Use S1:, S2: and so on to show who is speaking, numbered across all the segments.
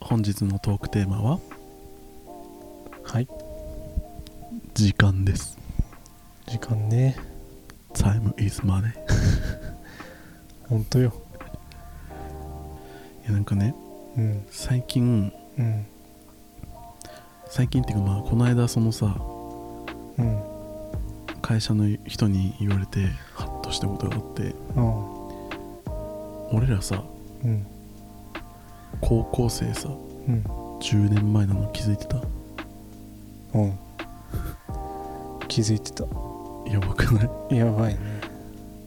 S1: 本日のトークテーマは
S2: はい
S1: 時間です
S2: 時間ね
S1: Time is money い
S2: ほんとよ
S1: やなんかね
S2: うん
S1: 最近
S2: うん
S1: 最近っていうかまあこの間そのさ
S2: うん
S1: 会社の人に言われてハッとしたことがあって
S2: あ
S1: 俺らさ
S2: うん
S1: 高校生さ
S2: うん
S1: 10年前なの気づいてた
S2: うん気づいてた
S1: やばくない
S2: やばいね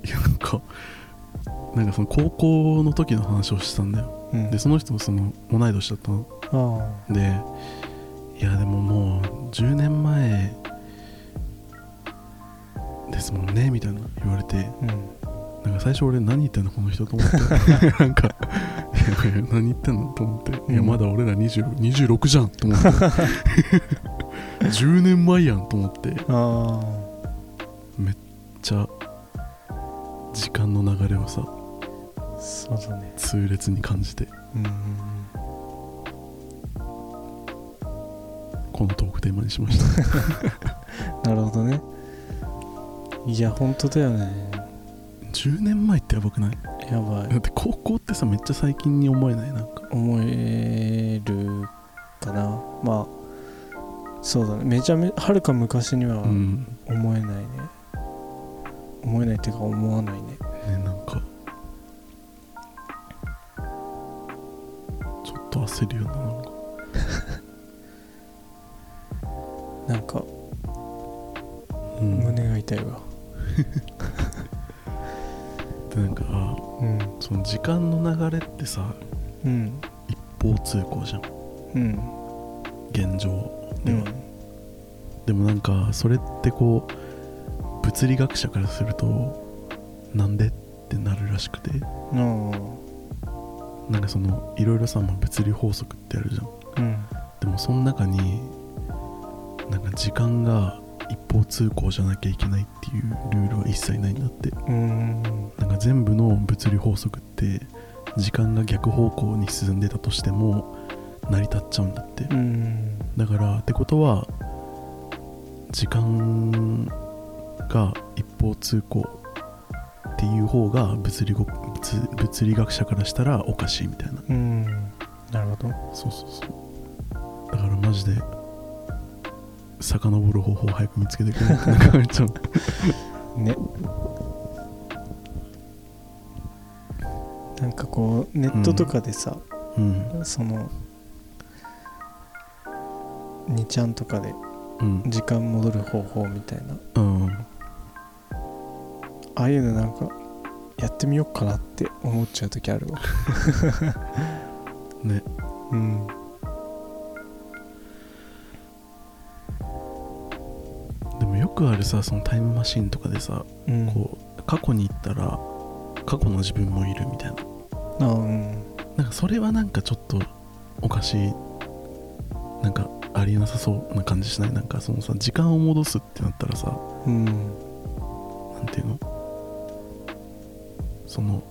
S1: いやなんかなんかその高校の時の話をしてたんだよ
S2: うん
S1: でその人もその同い年だったの
S2: あ
S1: でいやでももう10年前ですもんねみたいな言われて
S2: うん
S1: なんか最初俺何言ってんのこの人と思って なんかいやいや何言ってんのと思って、いや
S2: うん
S1: まだ俺ら20 26じゃんと思って 10年前やんと思ってめっ
S2: あ
S1: ちゃ時間の流れをさ
S2: あそうだね
S1: 痛烈に感じて
S2: うん
S1: このトークテーマにしま した
S2: なるほどねいや本当だよね
S1: 10年前ってやばくない
S2: やば
S1: だ
S2: い
S1: って高校ってさめっちゃ最近に思えないなんか
S2: 思えるかなまあそうだねめちゃめはるか昔には
S1: うん
S2: 思えないね、思えないっていうか思わないね
S1: ねなんかちょっと焦るよななんか
S2: なんか
S1: うん
S2: 胸が痛いわ
S1: でなんかあ
S2: うん
S1: その時間の流れってさ
S2: うん
S1: 一方通行じゃん
S2: うん
S1: 現状
S2: う
S1: では、
S2: ん
S1: でもなんかそれってこう物理学者からするとなんでってなるらしくて
S2: うん
S1: なんかそのいろいろさ、まあ物理法則ってあるじゃん
S2: うん
S1: でもその中になんか時間が一方通行じゃなきゃいけないっていうルールは一切ないんだって
S2: うん
S1: なんか全部の物理法則って時間が逆方向に進んでたとしても成り立っちゃうんだって
S2: うん
S1: だからってことは時間が一方通行っていう方が物理ご物物理学者からしたらおかしいみたいな
S2: うんなるほど
S1: そうそうそうだからマジで遡る方法を早く見つけてくれないとなんかめっちゃ
S2: ねなんかこうネットとかでさ、
S1: うん
S2: その2ちゃんとかで
S1: うん
S2: 時間戻る方法みたいな
S1: うん
S2: ああいうのなんかやってみようかなって思っちゃう時あるわ
S1: ね
S2: うん
S1: でもよくあるさそのタイムマシンとかでさ
S2: うん
S1: こう過去に行ったら過去の自分もいるみたいな
S2: あうん
S1: なんかそれはなんかちょっとおかしいなんかありえなさそうな感じしないなんかそのさ時間を戻すってなったらさ
S2: うん
S1: なんていうのその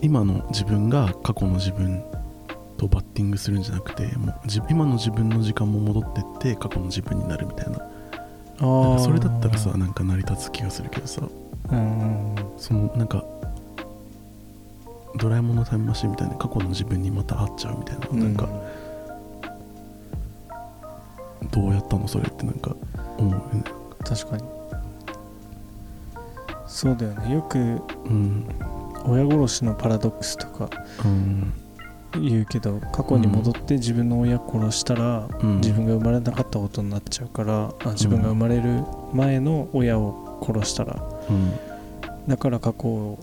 S1: 今の自分が過去の自分とバッティングするんじゃなくてもう自今の自分の時間も戻ってって過去の自分になるみたいななん
S2: あ
S1: か
S2: あ
S1: それだったらさなんか成り立つ気がするけどさ
S2: うん
S1: そのなんかドラえもんのタイムマシンみたいな過去の自分にまた会っちゃうみたいな、なんかどうやったのそれってなんか思うよね
S2: 確かにそうだよねよく
S1: うん
S2: 親殺しのパラドックスとか
S1: うん、
S2: 言うけど過去に戻って自分の親殺したら、
S1: うん、
S2: 自分が生まれなかったことになっちゃうから、あ自分が生まれる前の親を殺したら
S1: うん
S2: だから過去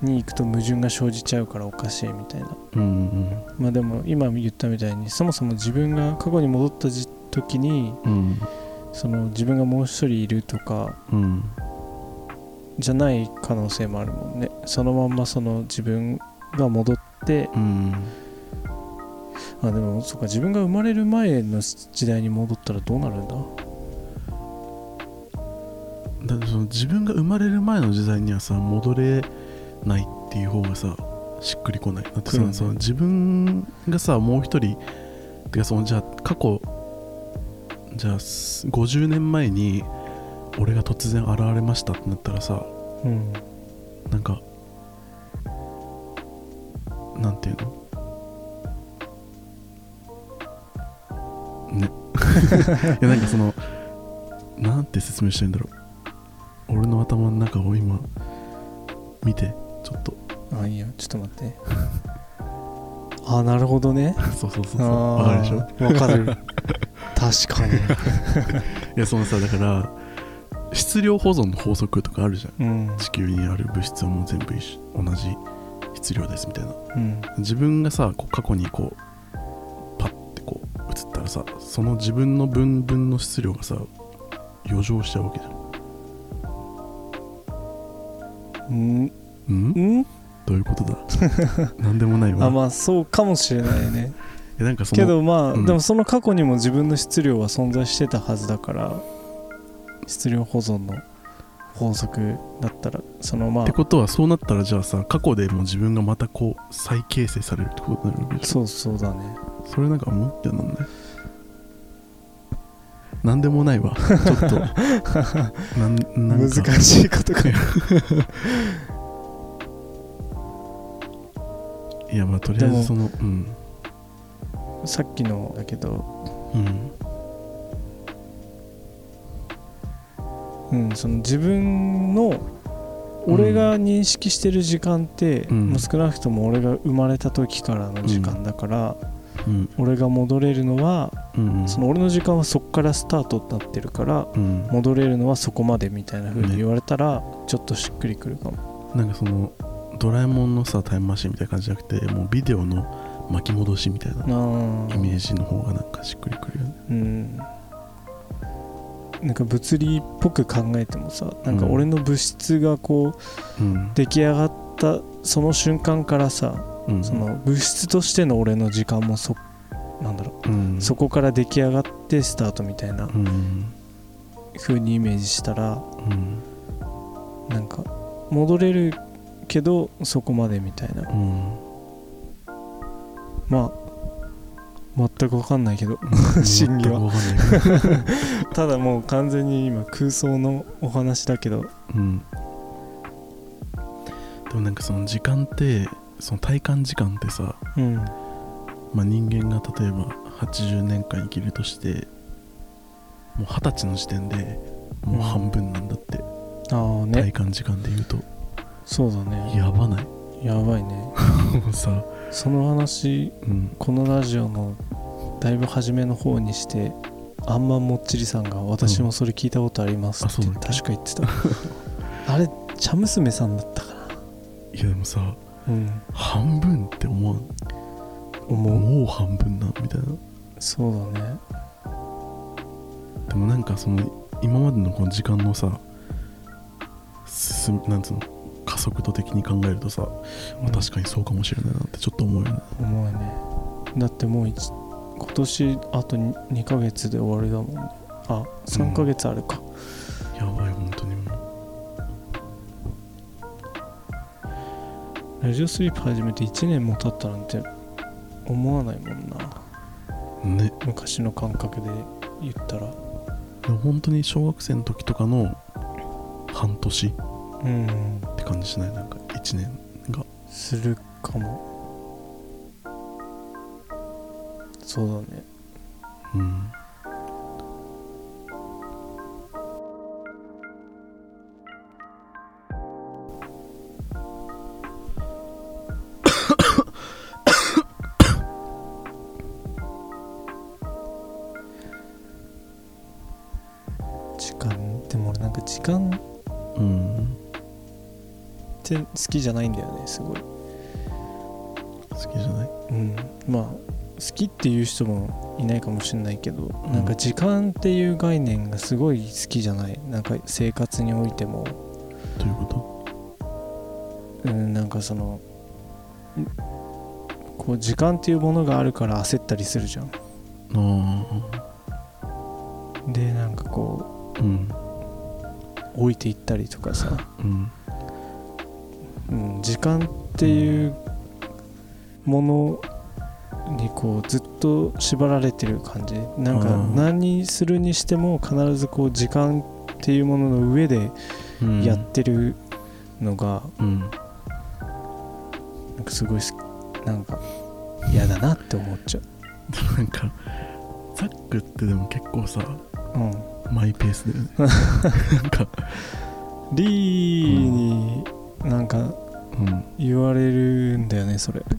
S2: に行くと矛盾が生じちゃうからおかしいみたいな
S1: うん
S2: まあでも今言ったみたいにそもそも自分が過去に戻ったじ時に
S1: うんうん
S2: その自分がもう一人いるとか
S1: うん
S2: じゃない可能性もあるもんねそのまんまその自分が戻って
S1: うん
S2: あでもそっか自分が生まれる前の時代に戻ったらどうなるんだ
S1: だってその自分が生まれる前の時代にはさ戻れないっていう方がさしっくりこないだってさ、
S2: うん
S1: その自分がさもう一人てかそのじゃあ過去じゃあす50年前に俺が突然現れましたってなったらさ
S2: うん
S1: なんかなんていうのね いやなんかそのなんて説明したらいいんだろう俺の頭の中を今見てちょっと
S2: あいいよちょっと待って あなるほどね
S1: そうそうそうそうわかる
S2: あ
S1: でしょ
S2: ーわか る確かに
S1: いやそのさだから質量保存の法則とかあるじゃん
S2: うん
S1: 地球にある物質はもう全部一緒同じ質量ですみたいな
S2: うん
S1: 自分がさこう過去にこうパッてこう映ったらさその自分の分分の質量がさ余剰しちゃうわけじゃん
S2: うん
S1: うん
S2: うん
S1: どういうことだ なんでもないわ
S2: あまあそうかもしれないね
S1: いやなんかその
S2: けどまあ、
S1: うん
S2: でもその過去にも自分の質量は存在してたはずだから質量保存の法則だったらそのま
S1: っ
S2: あ
S1: てことはそうなったらじゃあさ過去でも自分がまたこう再形成されるってことになるわけじ
S2: そうそうだね
S1: ゃんそれなんか思ってんのねなんでもないわちょっ となんなん
S2: 難
S1: か
S2: しいことか
S1: いやまあとりあえずそのうん
S2: さっきのだけど
S1: うん
S2: うんその自分の俺が認識してる時間って、
S1: うん
S2: まあ少なくとも俺が生まれた時からの時間だから、
S1: うん
S2: 俺が戻れるのは
S1: うんうん
S2: その俺の時間はそこからスタートになってるから
S1: うん
S2: 戻れるのはそこまでみたいな風に言われたらちょっとしっくりくるかも、
S1: なんかそのドラえもんのさタイムマシンみたいな感じじゃなくてもうビデオの巻き戻しみたいな
S2: あ
S1: イメージの方がなんかしっくりくるよね
S2: うんなんか物理っぽく考えてもさなんか俺の物質がこう
S1: うん
S2: 出来上がったその瞬間からさ
S1: うん
S2: その物質としての俺の時間もそなんだろ
S1: うん
S2: うそこから出来上がってスタートみたいな
S1: うんうん
S2: 風にイメージしたらなんか戻れるけどそこまでみたいな
S1: うん
S2: まあ全く分かんないけど
S1: うん
S2: 真偽は
S1: 全くわかんないけど
S2: ただもう完全に今空想のお話だけど
S1: うんでもなんかその時間ってその体感時間ってさ、
S2: うん
S1: まあ、人間が例えば80年間生きるとしてもう二十歳の時点でもう半分なんだって、
S2: ああね
S1: 体感時間で言うと
S2: そうだね
S1: やばない
S2: やばいね
S1: もうさ
S2: その話
S1: うん
S2: このラジオのだいぶ初めの方にしてあんまんもっちりさんが「私もそれ聞いたことあります」
S1: あ
S2: っ
S1: そう
S2: て
S1: だっ
S2: 確か言ってた あれ茶娘さんだったかない
S1: やでもさ
S2: うん
S1: 半分って思う
S2: 思う
S1: もう半分なみたいな
S2: そうだね
S1: でもなんかその今までのこの時間のさ進みなんつうの加速度的に考えるとさ、まあ確かにそうかもしれないなってちょっと思うよね
S2: 重いねだってもう一今年あと2ヶ月で終わりだもんねあ3ヶ月あるか、
S1: やばい本当にも
S2: ラジオスリープ始めて1年も経ったなんて思わないもんな
S1: うね
S2: 昔の感覚で言ったら
S1: でも本当に小学生の時とかの半年っ
S2: うん
S1: て感じしないなんか1年
S2: するかもそうだね
S1: うん
S2: 時間でも俺なんか時間っ
S1: うん
S2: てて好きじゃないんだよねすごい、
S1: 好きじゃない
S2: うん、まあ好きっていう人もいないかもしれないけど、
S1: うん
S2: なんか時間っていう概念がすごい好きじゃないなんか生活においても
S1: どういうこ
S2: うん、なんかそのんこう時間っていうものがあるから焦ったりするじゃん
S1: とあ
S2: でなんかこ
S1: あうん
S2: う置いていったりとかさ、
S1: うん
S2: うん、時間っていうものにこうずっと縛られてる感じなんか
S1: うん
S2: 何するにしても必ずこう時間っていうものの上で
S1: うん
S2: やってるのが
S1: うん
S2: なんかすごいすなんか嫌だなって思っちゃ
S1: なんかザックってでも結構さ
S2: う、うん、
S1: マイペースだよ ねなんか
S2: リーになんか
S1: うん
S2: 言われるんだよねそれ
S1: そ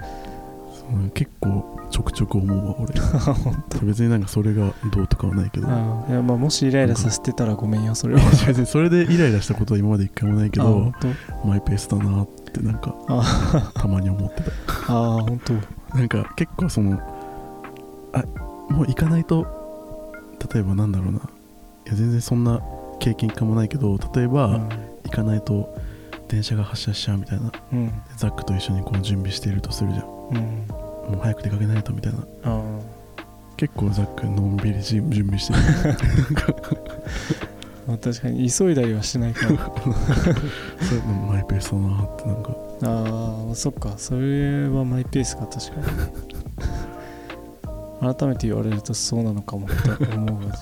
S1: う結構ちょくちょく思うわ俺
S2: 本
S1: 別になんかそれがどうとかはないけど
S2: あいやまあもしイライラさせてたらごめんよそれは
S1: 別にそれでイライラしたことは今まで一回もないけ
S2: あ
S1: ど
S2: 本当
S1: マイペースだなってなんか
S2: あ
S1: たまに思ってた
S2: あ本当
S1: なんか結構そのあもう行かないと例えばなんだろうないや全然そんな経験一回もないけど例えば、行かないと電車が発車しちゃうみたいな
S2: うんうん
S1: ザックと一緒にこう準備しているとするじゃん
S2: うん
S1: もう早く出かけないとみたいな
S2: あ
S1: 結構ザックのんびり準準備してる
S2: あまあ確かに急いだりはしないから
S1: そういうのもマイペースだなってなんか
S2: ああそっかそれはマイペースか確かに改めて言われるとそうなのかもって思うわ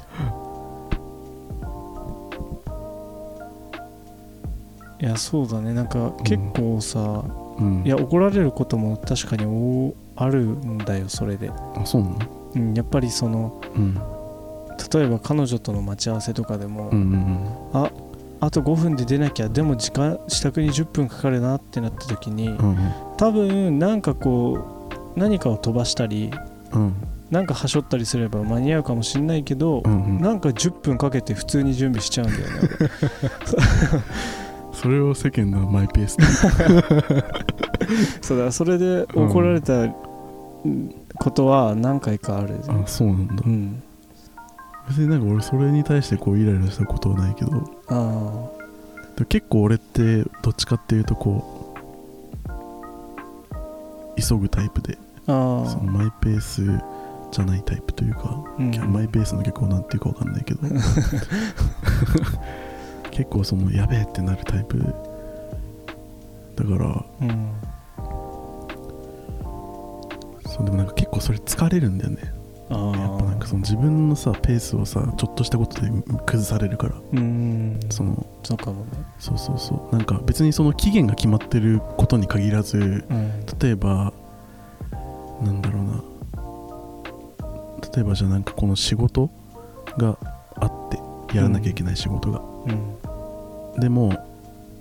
S2: いやそうだねなんか結構さ、
S1: うん
S2: いや怒られることも確かにおあるんだよそれで、
S1: あそうなの
S2: うん、やっぱりその
S1: うん
S2: 例えば彼女との待ち合わせとかでも、
S1: うんうん
S2: あと5分で出なきゃでも時間支度に10分かかるなってなった時に
S1: うんうん
S2: 多分なんかこう何かを飛ばしたり
S1: うん
S2: なんかはしょったりすれば間に合うかもしんないけど
S1: う、んうん
S2: なんか10分かけて普通に準備しちゃうんだよ ね
S1: それを世間のマイペースって
S2: そうだそれで怒られたことは何回かある、
S1: あそうなんだ
S2: うん、
S1: 別になんか俺それに対してこうイライラしたことはないけどで
S2: ああ
S1: も結構俺ってどっちかっていうとこう急ぐタイプで
S2: あ
S1: その
S2: あ、
S1: マイペースじゃないタイプというか
S2: うん
S1: いやマイペースの曲をなんていうかわかんないけど結構そのやべえってなるタイプだから
S2: うん
S1: そうでもなんか結構それ疲れるんだよね
S2: ああ
S1: やっぱなんかその自分のさペースをさちょっとしたことで崩されるから
S2: うーん
S1: その
S2: そうかもね
S1: そうそうそうなんか別にその期限が決まってることに限らず
S2: うん
S1: 例えばなんだろうな例えばじゃあなんかこの仕事があってやらなきゃいけない仕事が、
S2: うん
S1: でも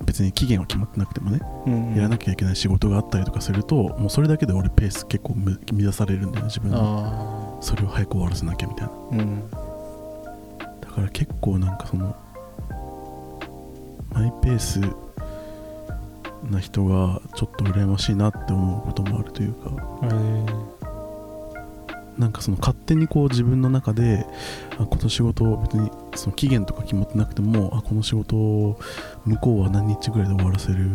S1: 別に期限は決まってなくてもね、
S2: うん
S1: やらな
S2: き
S1: きゃいけない仕事があったりとかするともうそれだけで俺ペース結構む乱されるんだよね自分の
S2: あ
S1: それを早く終わらせなきゃみたいな
S2: あうん
S1: だから結構なんかそのマイペースな人がちょっと羨ましいなって思うこともあるというか
S2: え
S1: なんかその勝手にこう自分の中であこの仕事を別にその期限とか決まってなくてもあこの仕事を向こうは何日ぐらいで終わらせる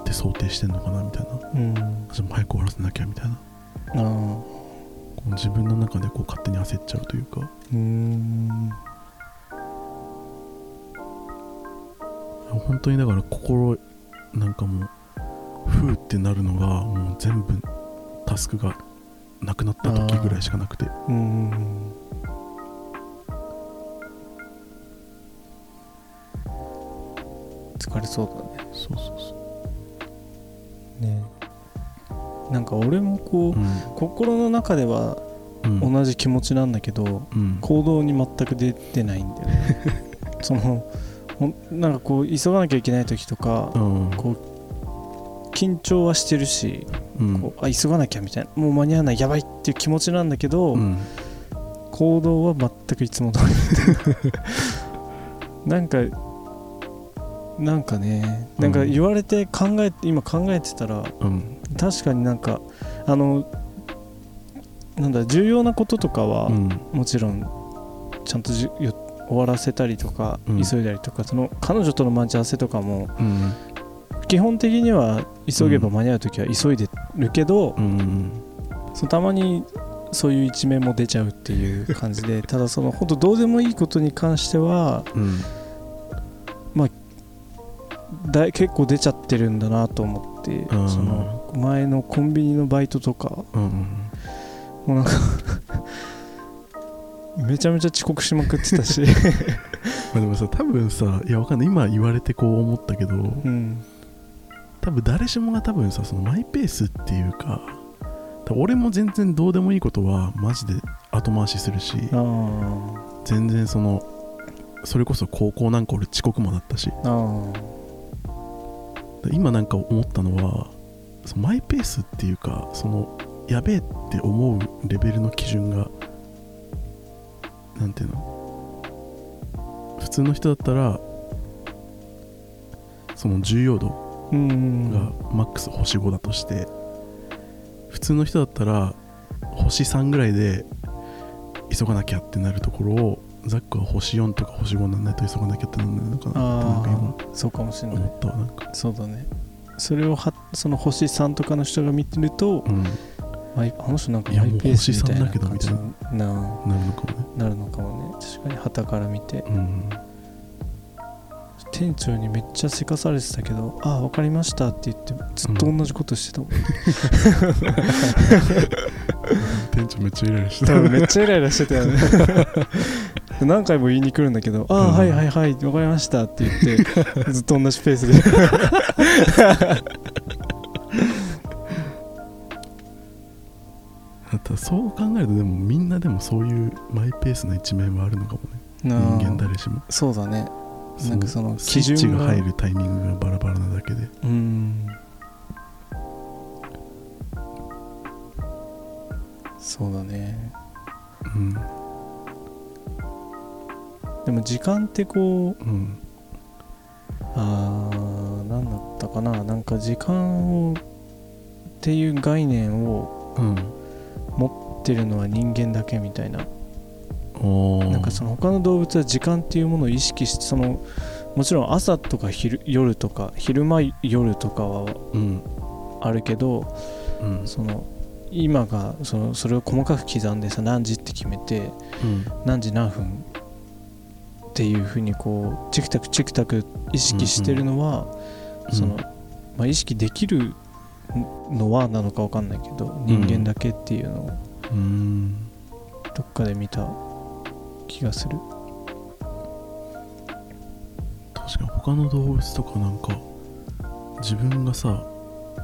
S1: って想定してんのかなみたいな
S2: ー、うん
S1: じゃあ早く終わらせなきゃみたいな
S2: ああ
S1: こう自分の中でこう勝手に焦っちゃうというか
S2: うーん
S1: 本当にだから心なんかもうふーってなるのがもう全部タスクがなくなった時ぐらいしかなくて
S2: うん疲れそうだね
S1: そうそうそ
S2: ねなんか俺もこう、
S1: う
S2: 心の中では
S1: うんうん
S2: 同じ気持ちなんだけど、
S1: うん
S2: 行動に全く出てないんだよねそのほんなんかこう急がなきゃいけない時とか
S1: うん
S2: こ緊張はしてるし、
S1: うん
S2: こうあ急がなきゃみたいなもう間に合わないやばいっていう気持ちなんだけど、
S1: うん
S2: 行 動は全くいつも通りみたいななんかなんかねなんか
S1: うん
S2: 言われて考えて今考えてたら
S1: うん
S2: 確かになんかあのなんだ重要なこととかは、
S1: うん
S2: もちろんちゃんとじよ終わらせたりとか、
S1: うん
S2: 急いだりとかその彼女との待ち合わせとかも
S1: うん
S2: 基本的には急げば間に合う時は急いでるけど、
S1: うん
S2: そのたまにそういう一面も出ちゃうっていう感じでただその本当どうでもいいことに関しては
S1: うん
S2: だい結構出ちゃってるんだなと思って、
S1: うん
S2: その前のコンビニのバイトとか
S1: うん
S2: もうなんかめちゃめちゃ遅刻しまくってた し、
S1: まあでもさ多分さいやわかんない今言われてこう思ったけど
S2: うん、
S1: 多分誰しもが多分さそのマイペースっていうか多分俺も全然どうでもいいことはマジで後回しするし
S2: あー
S1: 全然そのそれこそ高校なんか俺遅刻もだったし
S2: あー
S1: 今なんか思ったのはそのマイペースっていうかそのやべえって思うレベルの基準がなんていうの普通の人だったらその重要度
S2: うん
S1: がマックス星5だとして普通の人だったら星3ぐらいで急がなきゃってなるところをザックは星4とか星5になんないと急がなきゃってなんないのかなってなん
S2: あ
S1: か
S2: あそうかもしれ
S1: 今
S2: ない
S1: 思ったわなんか
S2: そうだねそれをはその星3とかの人が見てると、
S1: うん
S2: マイあの人なんか
S1: いや
S2: マイペースみたいな
S1: もう星3だけど
S2: 感
S1: みた
S2: じ
S1: いな
S2: にな
S1: なるのかもね
S2: なるのかもね確かに旗から見て
S1: うん
S2: 店長にめっちゃせかされてたけど「ああ分かりました」って言ってずっと同じことしてたもん、
S1: 店長めっちゃイライラして
S2: 多
S1: た
S2: 分めっちゃイライラしてたよね 何回も言いに来るんだけど「ああ、
S1: うん
S2: はいはいはい分かりました」って言って ずっと同じペースで
S1: だったらそう考えるとでもみんなでもそういうマイペースな一面はあるのかもね
S2: なあ
S1: 人間誰しも
S2: そうだねなんかその
S1: スイッ
S2: 基
S1: チ
S2: 準
S1: が
S2: が
S1: 入るタイミングがバラバラなだけで
S2: うんそうだね
S1: うん
S2: でも時間ってこう
S1: うん
S2: あー何だったかななんか時間をっていう概念を
S1: うん
S2: 持ってるのは人間だけみたいな
S1: おー
S2: なんかその他の動物は時間っていうものを意識してそのもちろん朝とか昼夜とか昼間夜とかは
S1: うん
S2: あるけど
S1: うん
S2: その今がそのそれを細かく刻んでさ何時って決めて
S1: うん
S2: 何時何分っていうふうにこうチクタクチクタク意識してるのは、その、まあ、意識できるのはなのかわかんないけど人間だけっていうのを
S1: うん、うん
S2: どっかで見た気がする、
S1: 確かに他の動物とかなんか自分がさ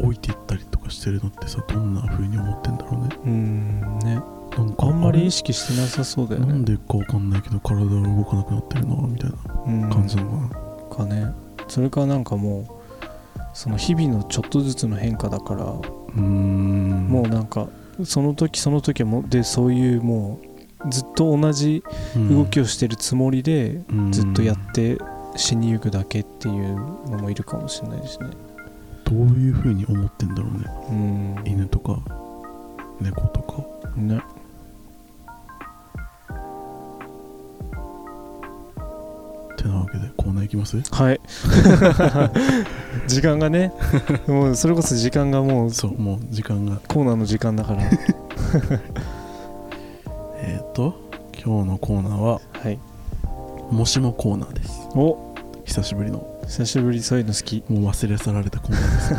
S1: 置いていったりとかしてるのってさどんな風に思ってんだろうね
S2: うんね
S1: なんか
S2: あんまり
S1: れ
S2: 意識してなさそうだよ
S1: なん
S2: ね
S1: でかわかんないけど体が動かなくなってるなみたい
S2: うん
S1: な感じなのかな
S2: かねそれかなんかもうその日々のちょっとずつの変化だから、
S1: うーん
S2: もうなんかその時その時もでそういうもうずっと同じ動き
S1: を
S2: をしてるつもりで、ずっとやって死にゆくだけっていうのもいるかもしれないですね
S1: どういう風に思ってんだろう
S2: う
S1: ね
S2: ん
S1: 犬とか猫とか
S2: ね
S1: てなわけでコーナーいきます
S2: はい 時間がねもうそれこそ時間がもう
S1: そうもう時間が
S2: コーナーの時間だから
S1: えっ、と今日のコーナー は
S2: はい
S1: もしもコーナーです
S2: お
S1: 久しぶりの
S2: 久しぶりそういうの好き
S1: もう忘れ去られたコーナーです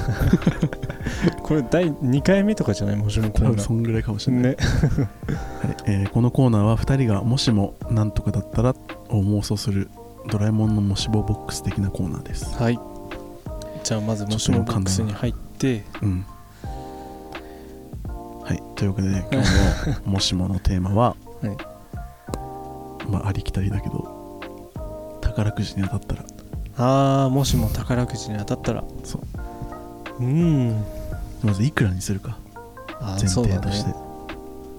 S1: ね
S2: これ第2回目とかじゃないもちろんコ
S1: 多
S2: ー
S1: 分
S2: ナ
S1: そんぐらいかもし
S2: ー
S1: れない、
S2: ね
S1: はいえーこのコーナーは2人がもしもなんとかだったらを妄想するドラえもんのもしもボックス的なコーナーです
S2: はいじゃあまずもしもボックスに入って
S1: うんはいというわけ で今日のもしものテーマは、
S2: はい
S1: まあありきたりだけど宝くじに当たったら
S2: ああもしも宝くじに当たったら
S1: そう
S2: うーん
S1: まずいくらにするか
S2: あー
S1: 前
S2: そう
S1: 提
S2: だ
S1: として、
S2: ね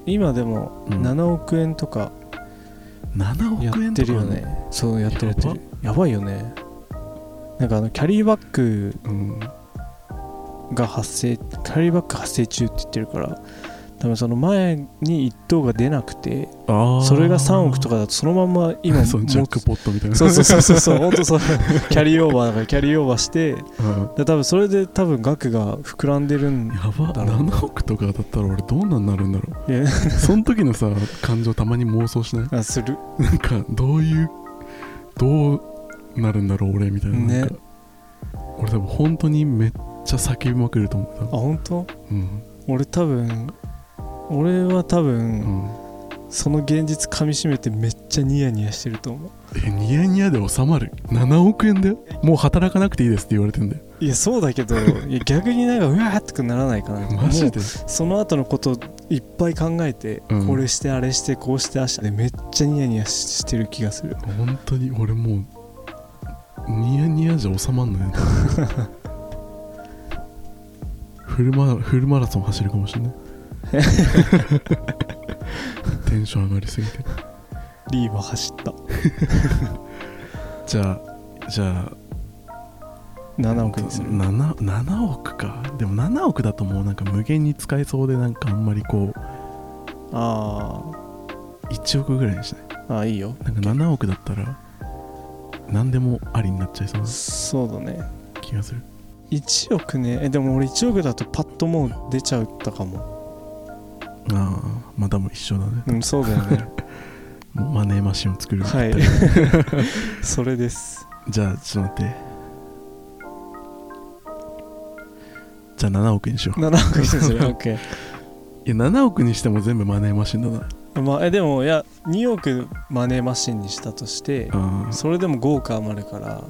S2: 今でも
S1: うん
S2: 7億円とか
S1: 7
S2: や
S1: 億円
S2: っ
S1: と
S2: て
S1: か
S2: るよねそうやってるやってるやばいよねなんかあのキャリーバッグ
S1: うん
S2: が発生キャリーバッグ発生中って言ってるから多分その前に一等が出なくて
S1: ああ
S2: それが3億とかだとそのまんま今
S1: そのジャック
S2: 持つ
S1: ポットみたいな
S2: そうそうそうそうそう本当そ うキャリーオーバーだからキャリーオーバーして
S1: うん
S2: で多分それで多分額が膨らんでるん
S1: やば
S2: だろうな
S1: 7億とかだったら俺どうなんなるんだろ
S2: いや
S1: うその時のさ感情たまに妄想しない
S2: あする
S1: なんかどういうどうなるんだろう俺みたいな,、
S2: ね
S1: なんか俺多分本当にめっちゃ叫びまくると思う多
S2: あ
S1: 分
S2: 本当
S1: うん
S2: 俺多分俺は多分、
S1: うん
S2: その現実かみしめてめっちゃニヤニヤしてると思う
S1: えニヤニヤで収まる7億円だよもう働かなくていいですって言われてんだよ
S2: いやそうだけ どいや逆になんかうわーってくならないかな
S1: マジ
S2: も
S1: で
S2: うその後のこといっぱい考えて、
S1: うん
S2: これしてあれしてこうしてああしてでめっちゃニヤニヤししてる気がする
S1: 本当に俺もうニヤニヤじゃ収まんないよ 多分フルマフルマラソン走るかもしれない テンション上がりすぎて
S2: リーバー走った
S1: じゃあじゃあ
S2: 7億にする
S1: 7, 7億かでも7億だともうなんか無限に使えそうでなんかあんまりこう
S2: あ
S1: 1億ぐらいにしない
S2: ーあーいいよ
S1: なんか7億だったら何でもありになっちゃいそうな
S2: そうだね
S1: 気がする
S2: 1億ねえでも俺1億だとパッともう出ちゃったかも
S1: ああまあ多分一緒だね
S2: うんそうだよ ね
S1: マネーマシンを作る
S2: は
S1: みたいない
S2: それです
S1: じゃあちょっと待ってじゃあ7億にしよう
S2: 7億にする OK
S1: いや7億にしても全部マネーマシンだな
S2: まあ、えでもいや2億マネーマシンにしたとして
S1: ああ
S2: それでも5億余るから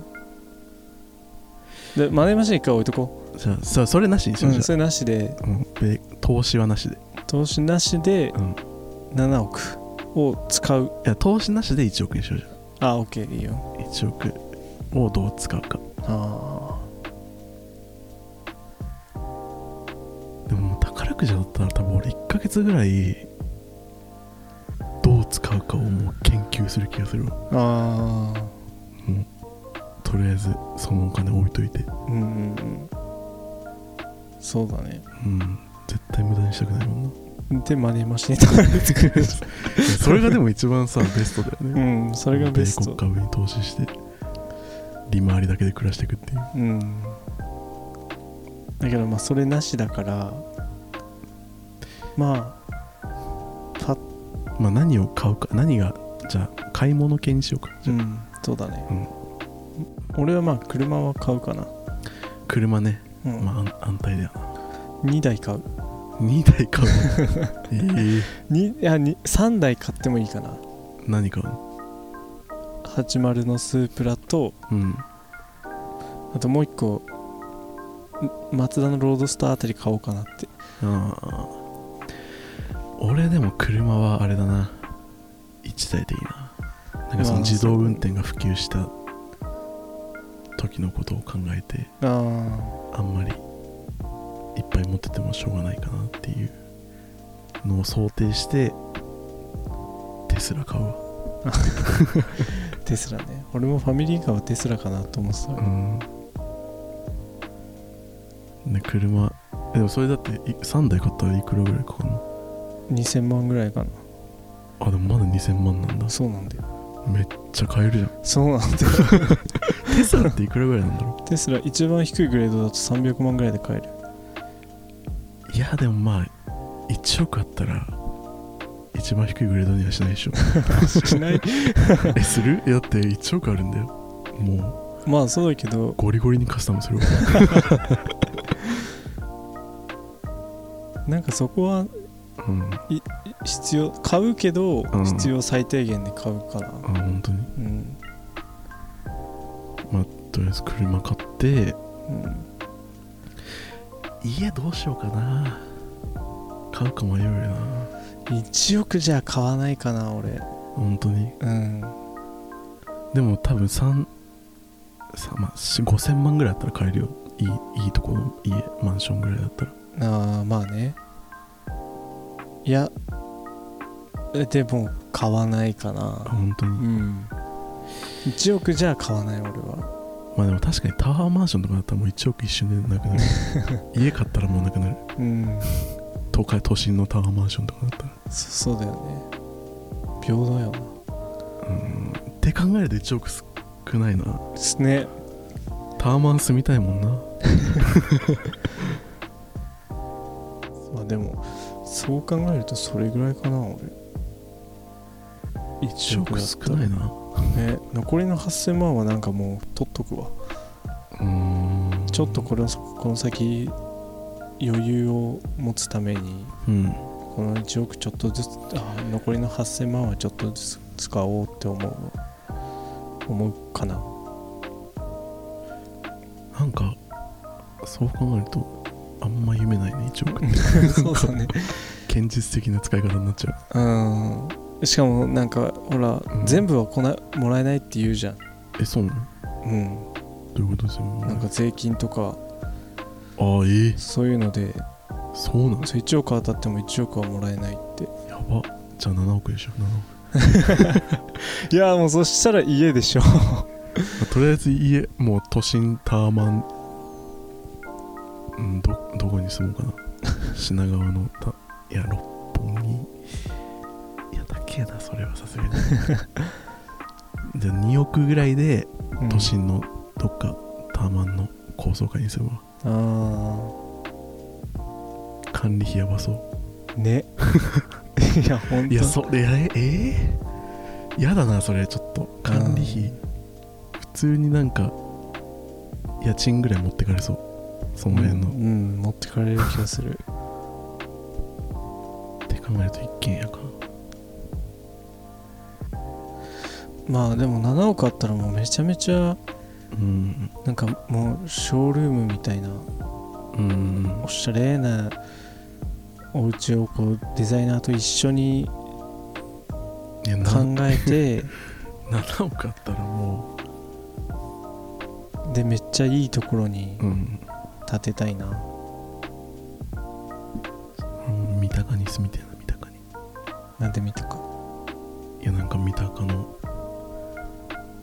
S2: でマネーマシン1回置いとこ
S1: じゃあそそれなしにし
S2: う、
S1: よう、
S2: うん、
S1: じ
S2: それなしで
S1: ゃあうんで投資はなしで
S2: 投資なしで
S1: うん
S2: 7億を使う
S1: いや投資なしで1億にしようじゃ
S2: あ OK いいよ
S1: あ1億をどう使うか
S2: あ
S1: でももう宝くじだったら多分俺1ヶ月ぐらいどう使うかをもう研究する気がするわ
S2: ーあ
S1: とりあえずそのお金置いといて
S2: ーうんうんうんそうだね
S1: うん絶対無駄にしたくないもんな
S2: でマネーマシンとか作 る
S1: いや それがでも一番さベストだよ
S2: う
S1: ね
S2: んそれがベス
S1: 米
S2: ト
S1: 国株に投資して利回りだけで暮らしていくっていう
S2: うんだけどまあそれなしだからまあパッ
S1: まあ何を買うか何がじゃあ買い物系にしようかじ
S2: う
S1: ゃあ
S2: んそうだね、俺はまあ車は買うかな、
S1: 車ね、
S2: うん
S1: まあ安安泰だよな
S2: 2台買う
S1: 2台 買うえー
S2: にいやに3台買ってもいいかな
S1: 何買うの
S2: 80のスープラと
S1: うん
S2: あともう1個んマツダのロードスターあたり買おうかなって
S1: ああ俺でも車はあれだな1台でいいななんかそ
S2: ま
S1: の
S2: あ
S1: 自動運転が普及した時のことを考えて
S2: あ
S1: あんまりいっぱい持っててもしょうがないかなっていうのを想定してテスラ買うわ
S2: あテスラね俺もファミリーカーはテスラかなと思ってた、
S1: うんね車えでもそれだってい3台買ったらいくらぐらいかかるの
S2: 2000万ぐらいか
S1: あでもまだ2000万なんだ
S2: なそうなんだよ
S1: めっちゃ買えるじゃん
S2: そうなんだよ
S1: テスラっていくらぐらいなんだろう
S2: テスラ一番低いグレードだと300万ぐらいで買える
S1: いやでもまあ1億あったら一番低いグレードにはしないでしょ
S2: しない
S1: えするいやだって1億あるんだよも
S2: まあそうだけど
S1: うゴリゴリにカスタムするわ
S2: なんかそこは
S1: うんあ
S2: 必要買うけど
S1: うん
S2: 必要最低限で買うから
S1: 本当に
S2: うん、
S1: とりあえず車買って
S2: うん、
S1: 家どうしようかな買うか迷うよな
S2: 1億じゃ買わないかな俺
S1: 本当に
S2: うん
S1: でも多分3さまあ、し5000万ぐらいあったら買えるよいいいいとこの家マンションぐらいだったら
S2: あーまあねいやえでも買わないか
S1: あ
S2: な
S1: 本当
S2: う
S1: に
S2: ん1億じゃ買わない俺は
S1: まあでも確かにタワーマンションとかだったらもう1億一瞬でなく なる家買ったらもうなくなる
S2: うん
S1: 東海都心のタワーマンションとかだったら
S2: そそうだよね平等よ
S1: うんって考えると1億少ないな
S2: なすね
S1: タワーマン住みたいもんな
S2: まあでもそう考えるとそれぐらいかな俺1
S1: 1億少ないな
S2: ね残りの8000万はなんかもう取っとくわ
S1: うーん
S2: ちょっとこれこの先余裕を持つために
S1: うん
S2: この1億ちょっとずつあ残りの8000万はちょっとずつ使おうって思う思うかな
S1: なんかそう考えるとあんま夢ないね1億
S2: そうだね
S1: 現実的な使い方になっちゃう
S2: うんしかもなんかほら、
S1: ん
S2: 全部はこなもらえないって言うじゃん
S1: えそうなの
S2: うん
S1: どういうことですよ
S2: なんか税金とか
S1: ああええ
S2: そういうので
S1: そうなの
S2: そう1億当たっても1億はもらえないって
S1: やばじゃあ7億でしょ7億、
S2: いやもうそしたら家でしょ
S1: まあとりあえず家もう都心タワマンうんどどこに住もう かな品川のたいや六本木いやだけなそれはさ すがにじゃあ2億ぐらいで都心のどっかタワマンの高層階に住むわ
S2: あ
S1: 管理費やばそう
S2: あね いやほんと
S1: いやそれええー、やだなそれちょっと管理費普通になんか家賃ぐらい持ってかれそうその辺の、
S2: うん、うん持ってかれる気がする
S1: って考えると一軒家か
S2: まあでも7億あったらもうめちゃめちゃ
S1: うん
S2: なんかもうショールームみたいな
S1: うん
S2: おしゃれなお家をこうデザイナーと一緒に
S1: いやな
S2: 考え て
S1: 7億あったらも
S2: でめっちゃいいところに
S1: う、うん、
S2: 建てたいな
S1: 三鷹に住みたいな三鷹に
S2: なんて見たか
S1: いやなんか三鷹の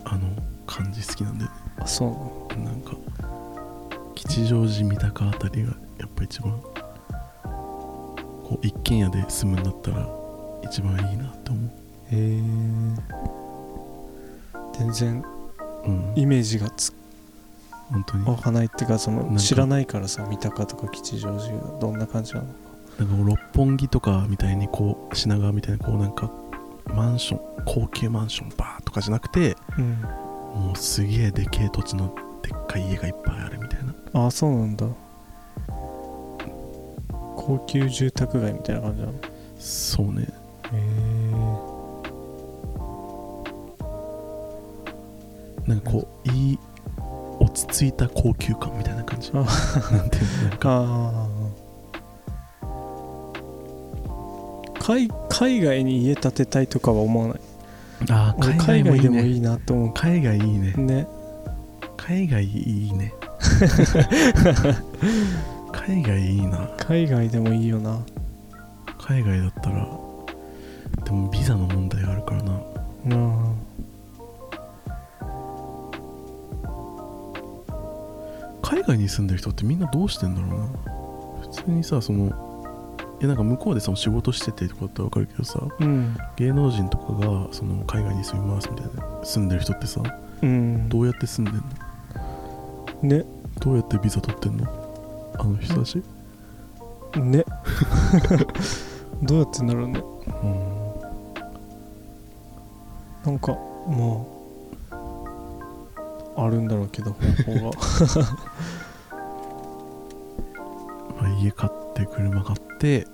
S1: あの感じ好きなんだよ
S2: あそ
S1: ねなんか吉祥寺三鷹あたりがやっぱ一番こう一軒家で住むんだったら一番いいなって思
S2: うへえ全然
S1: ううん
S2: イメージがつ
S1: 本当に
S2: わかないっていうかそ
S1: なん
S2: の
S1: か
S2: 知らないからさ三鷹とか吉祥寺がどんな感じなの
S1: なんかこう六本木とかみたいにこう品川みたいにこうなんかマンション高級マンションバーとかじゃなくて
S2: うん
S1: もうすげえでけえ土地のでっかい家がいっぱいあるみたいな
S2: ああそうなんだ高級住宅街みたいな感じなのへ
S1: そうね
S2: え
S1: なんかこういい落ち着いた高級感みたいな感じ
S2: あ
S1: なんていうのなんか
S2: あー海海外に家建てたいとかは思わない
S1: あー
S2: 俺海
S1: 海外
S2: 外でも
S1: もいいね
S2: いいなと思
S1: 海外いいね
S2: うね
S1: 海外いいね海外いいな
S2: 海外でもいいよな
S1: 海外だったらでもビザの問題があるからな
S2: うん
S1: 海外に住んでる人ってみんなどうしてんだろうな普通にさそのいやなんか向こうでその仕事しててとかだってわかるけどさ
S2: うん
S1: 芸能人とかがその海外に住みますみたいな住んでる人ってさ
S2: うん
S1: どうやって住んでんの
S2: ね
S1: どうやってビザ取ってんのあの人たち
S2: ね どうやってなるね
S1: うん
S2: なんかまああるんだろうけど方法が
S1: まあ、家買って車買って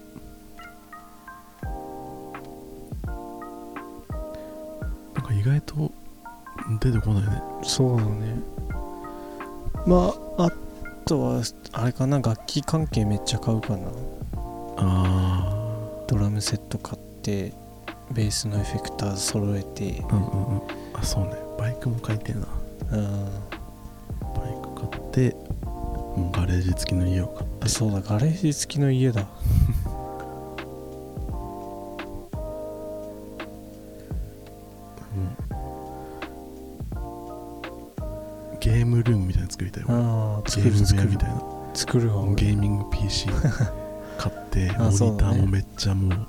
S1: なんか意外と出てこないね
S2: そうだねまああとはあれかな楽器関係めっちゃ買うかな
S1: あ
S2: ドラムセット買ってベースのエフェクター揃えて
S1: あうんうんうんあそうねバイクも買いてえな
S2: うん
S1: バイク買ってもうガレージ付きの家を買って
S2: あそうだガレージ付きの家だ
S1: もうゲームルームみたいなの作りたい俺
S2: ああ
S1: ゲ
S2: 作
S1: ー
S2: る
S1: ム部
S2: 作
S1: 屋
S2: る
S1: みたいな
S2: 作るわ
S1: もうゲ
S2: 俺
S1: ーミング PC 買って
S2: あ
S1: モニ
S2: そう
S1: タ
S2: だね
S1: ーもめっちゃもう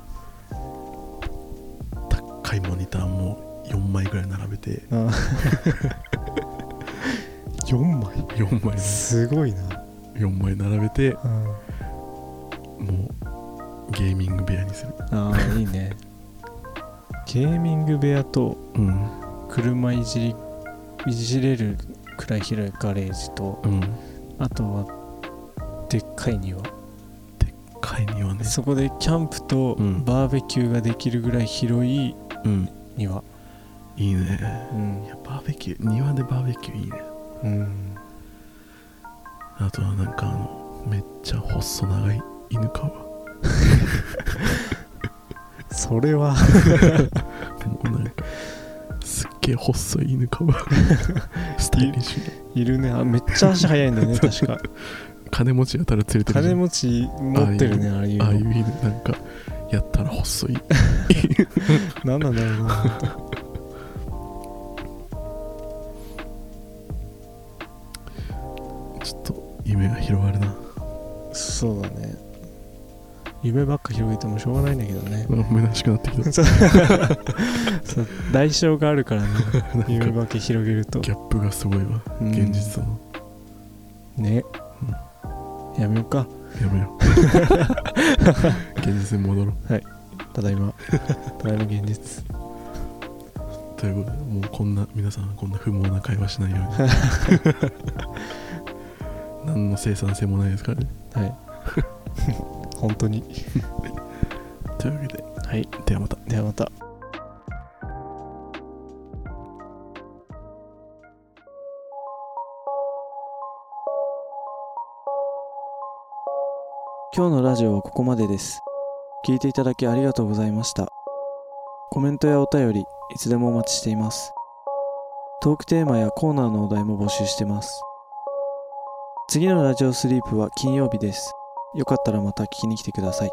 S1: 高いモニターも4枚ぐらい並べて
S2: あ4枚
S1: 4枚
S2: すごいな、
S1: 4枚並べて
S2: うん、
S1: もうゲーミング部屋にする
S2: ああいいねゲーミング部屋と
S1: うん
S2: 車いじりいじれるくらい広いガレージと
S1: うん
S2: あとはでっかい庭
S1: 買いにはね
S2: そこでキャンプと
S1: うん
S2: バーベキューができるぐらい広い
S1: うん
S2: 庭
S1: いいね
S2: うん
S1: い、やバーベキュー庭でバーベキューいいね
S2: うん、
S1: あとはなんかあのめっちゃ細長い犬飼うわ
S2: それは
S1: もうなんかすっげえ細い犬飼うわ スタイリッシュ
S2: いるねあめっちゃ足早いんだよ ね確か
S1: 金持ちやたら連れてるじゃ
S2: 金
S1: ん
S2: 持ち持ってるねああいう
S1: ああいう
S2: の
S1: 犬なんかやったら細い
S2: 何なんだろうな
S1: ちょっと夢が広がるな
S2: そうだね夢ばっか広げてもしょうがないんだけどね
S1: なんか虚しくなってき た
S2: そうそう代償があるから ね
S1: なんか
S2: 夢ばっか広げると
S1: ギャップがすごいわ
S2: うん
S1: 現実との、
S2: ね、やめようか
S1: やめよう現実に戻ろ
S2: ただいまただいま現実
S1: うということでもうこんな皆さんこんな不毛な会話しないよ うに何の生産性もないですからね
S2: はい本当に
S1: というわけで
S2: はい
S1: ではまた
S2: ではまた今日のラジオはここまでです聞いていただきありがとうございましたコメントやお便りいつでもお待ちしていますトークテーマやコーナーのお題も募集してます次のラジオスリープは金曜日ですよかったらまた聞きに来てください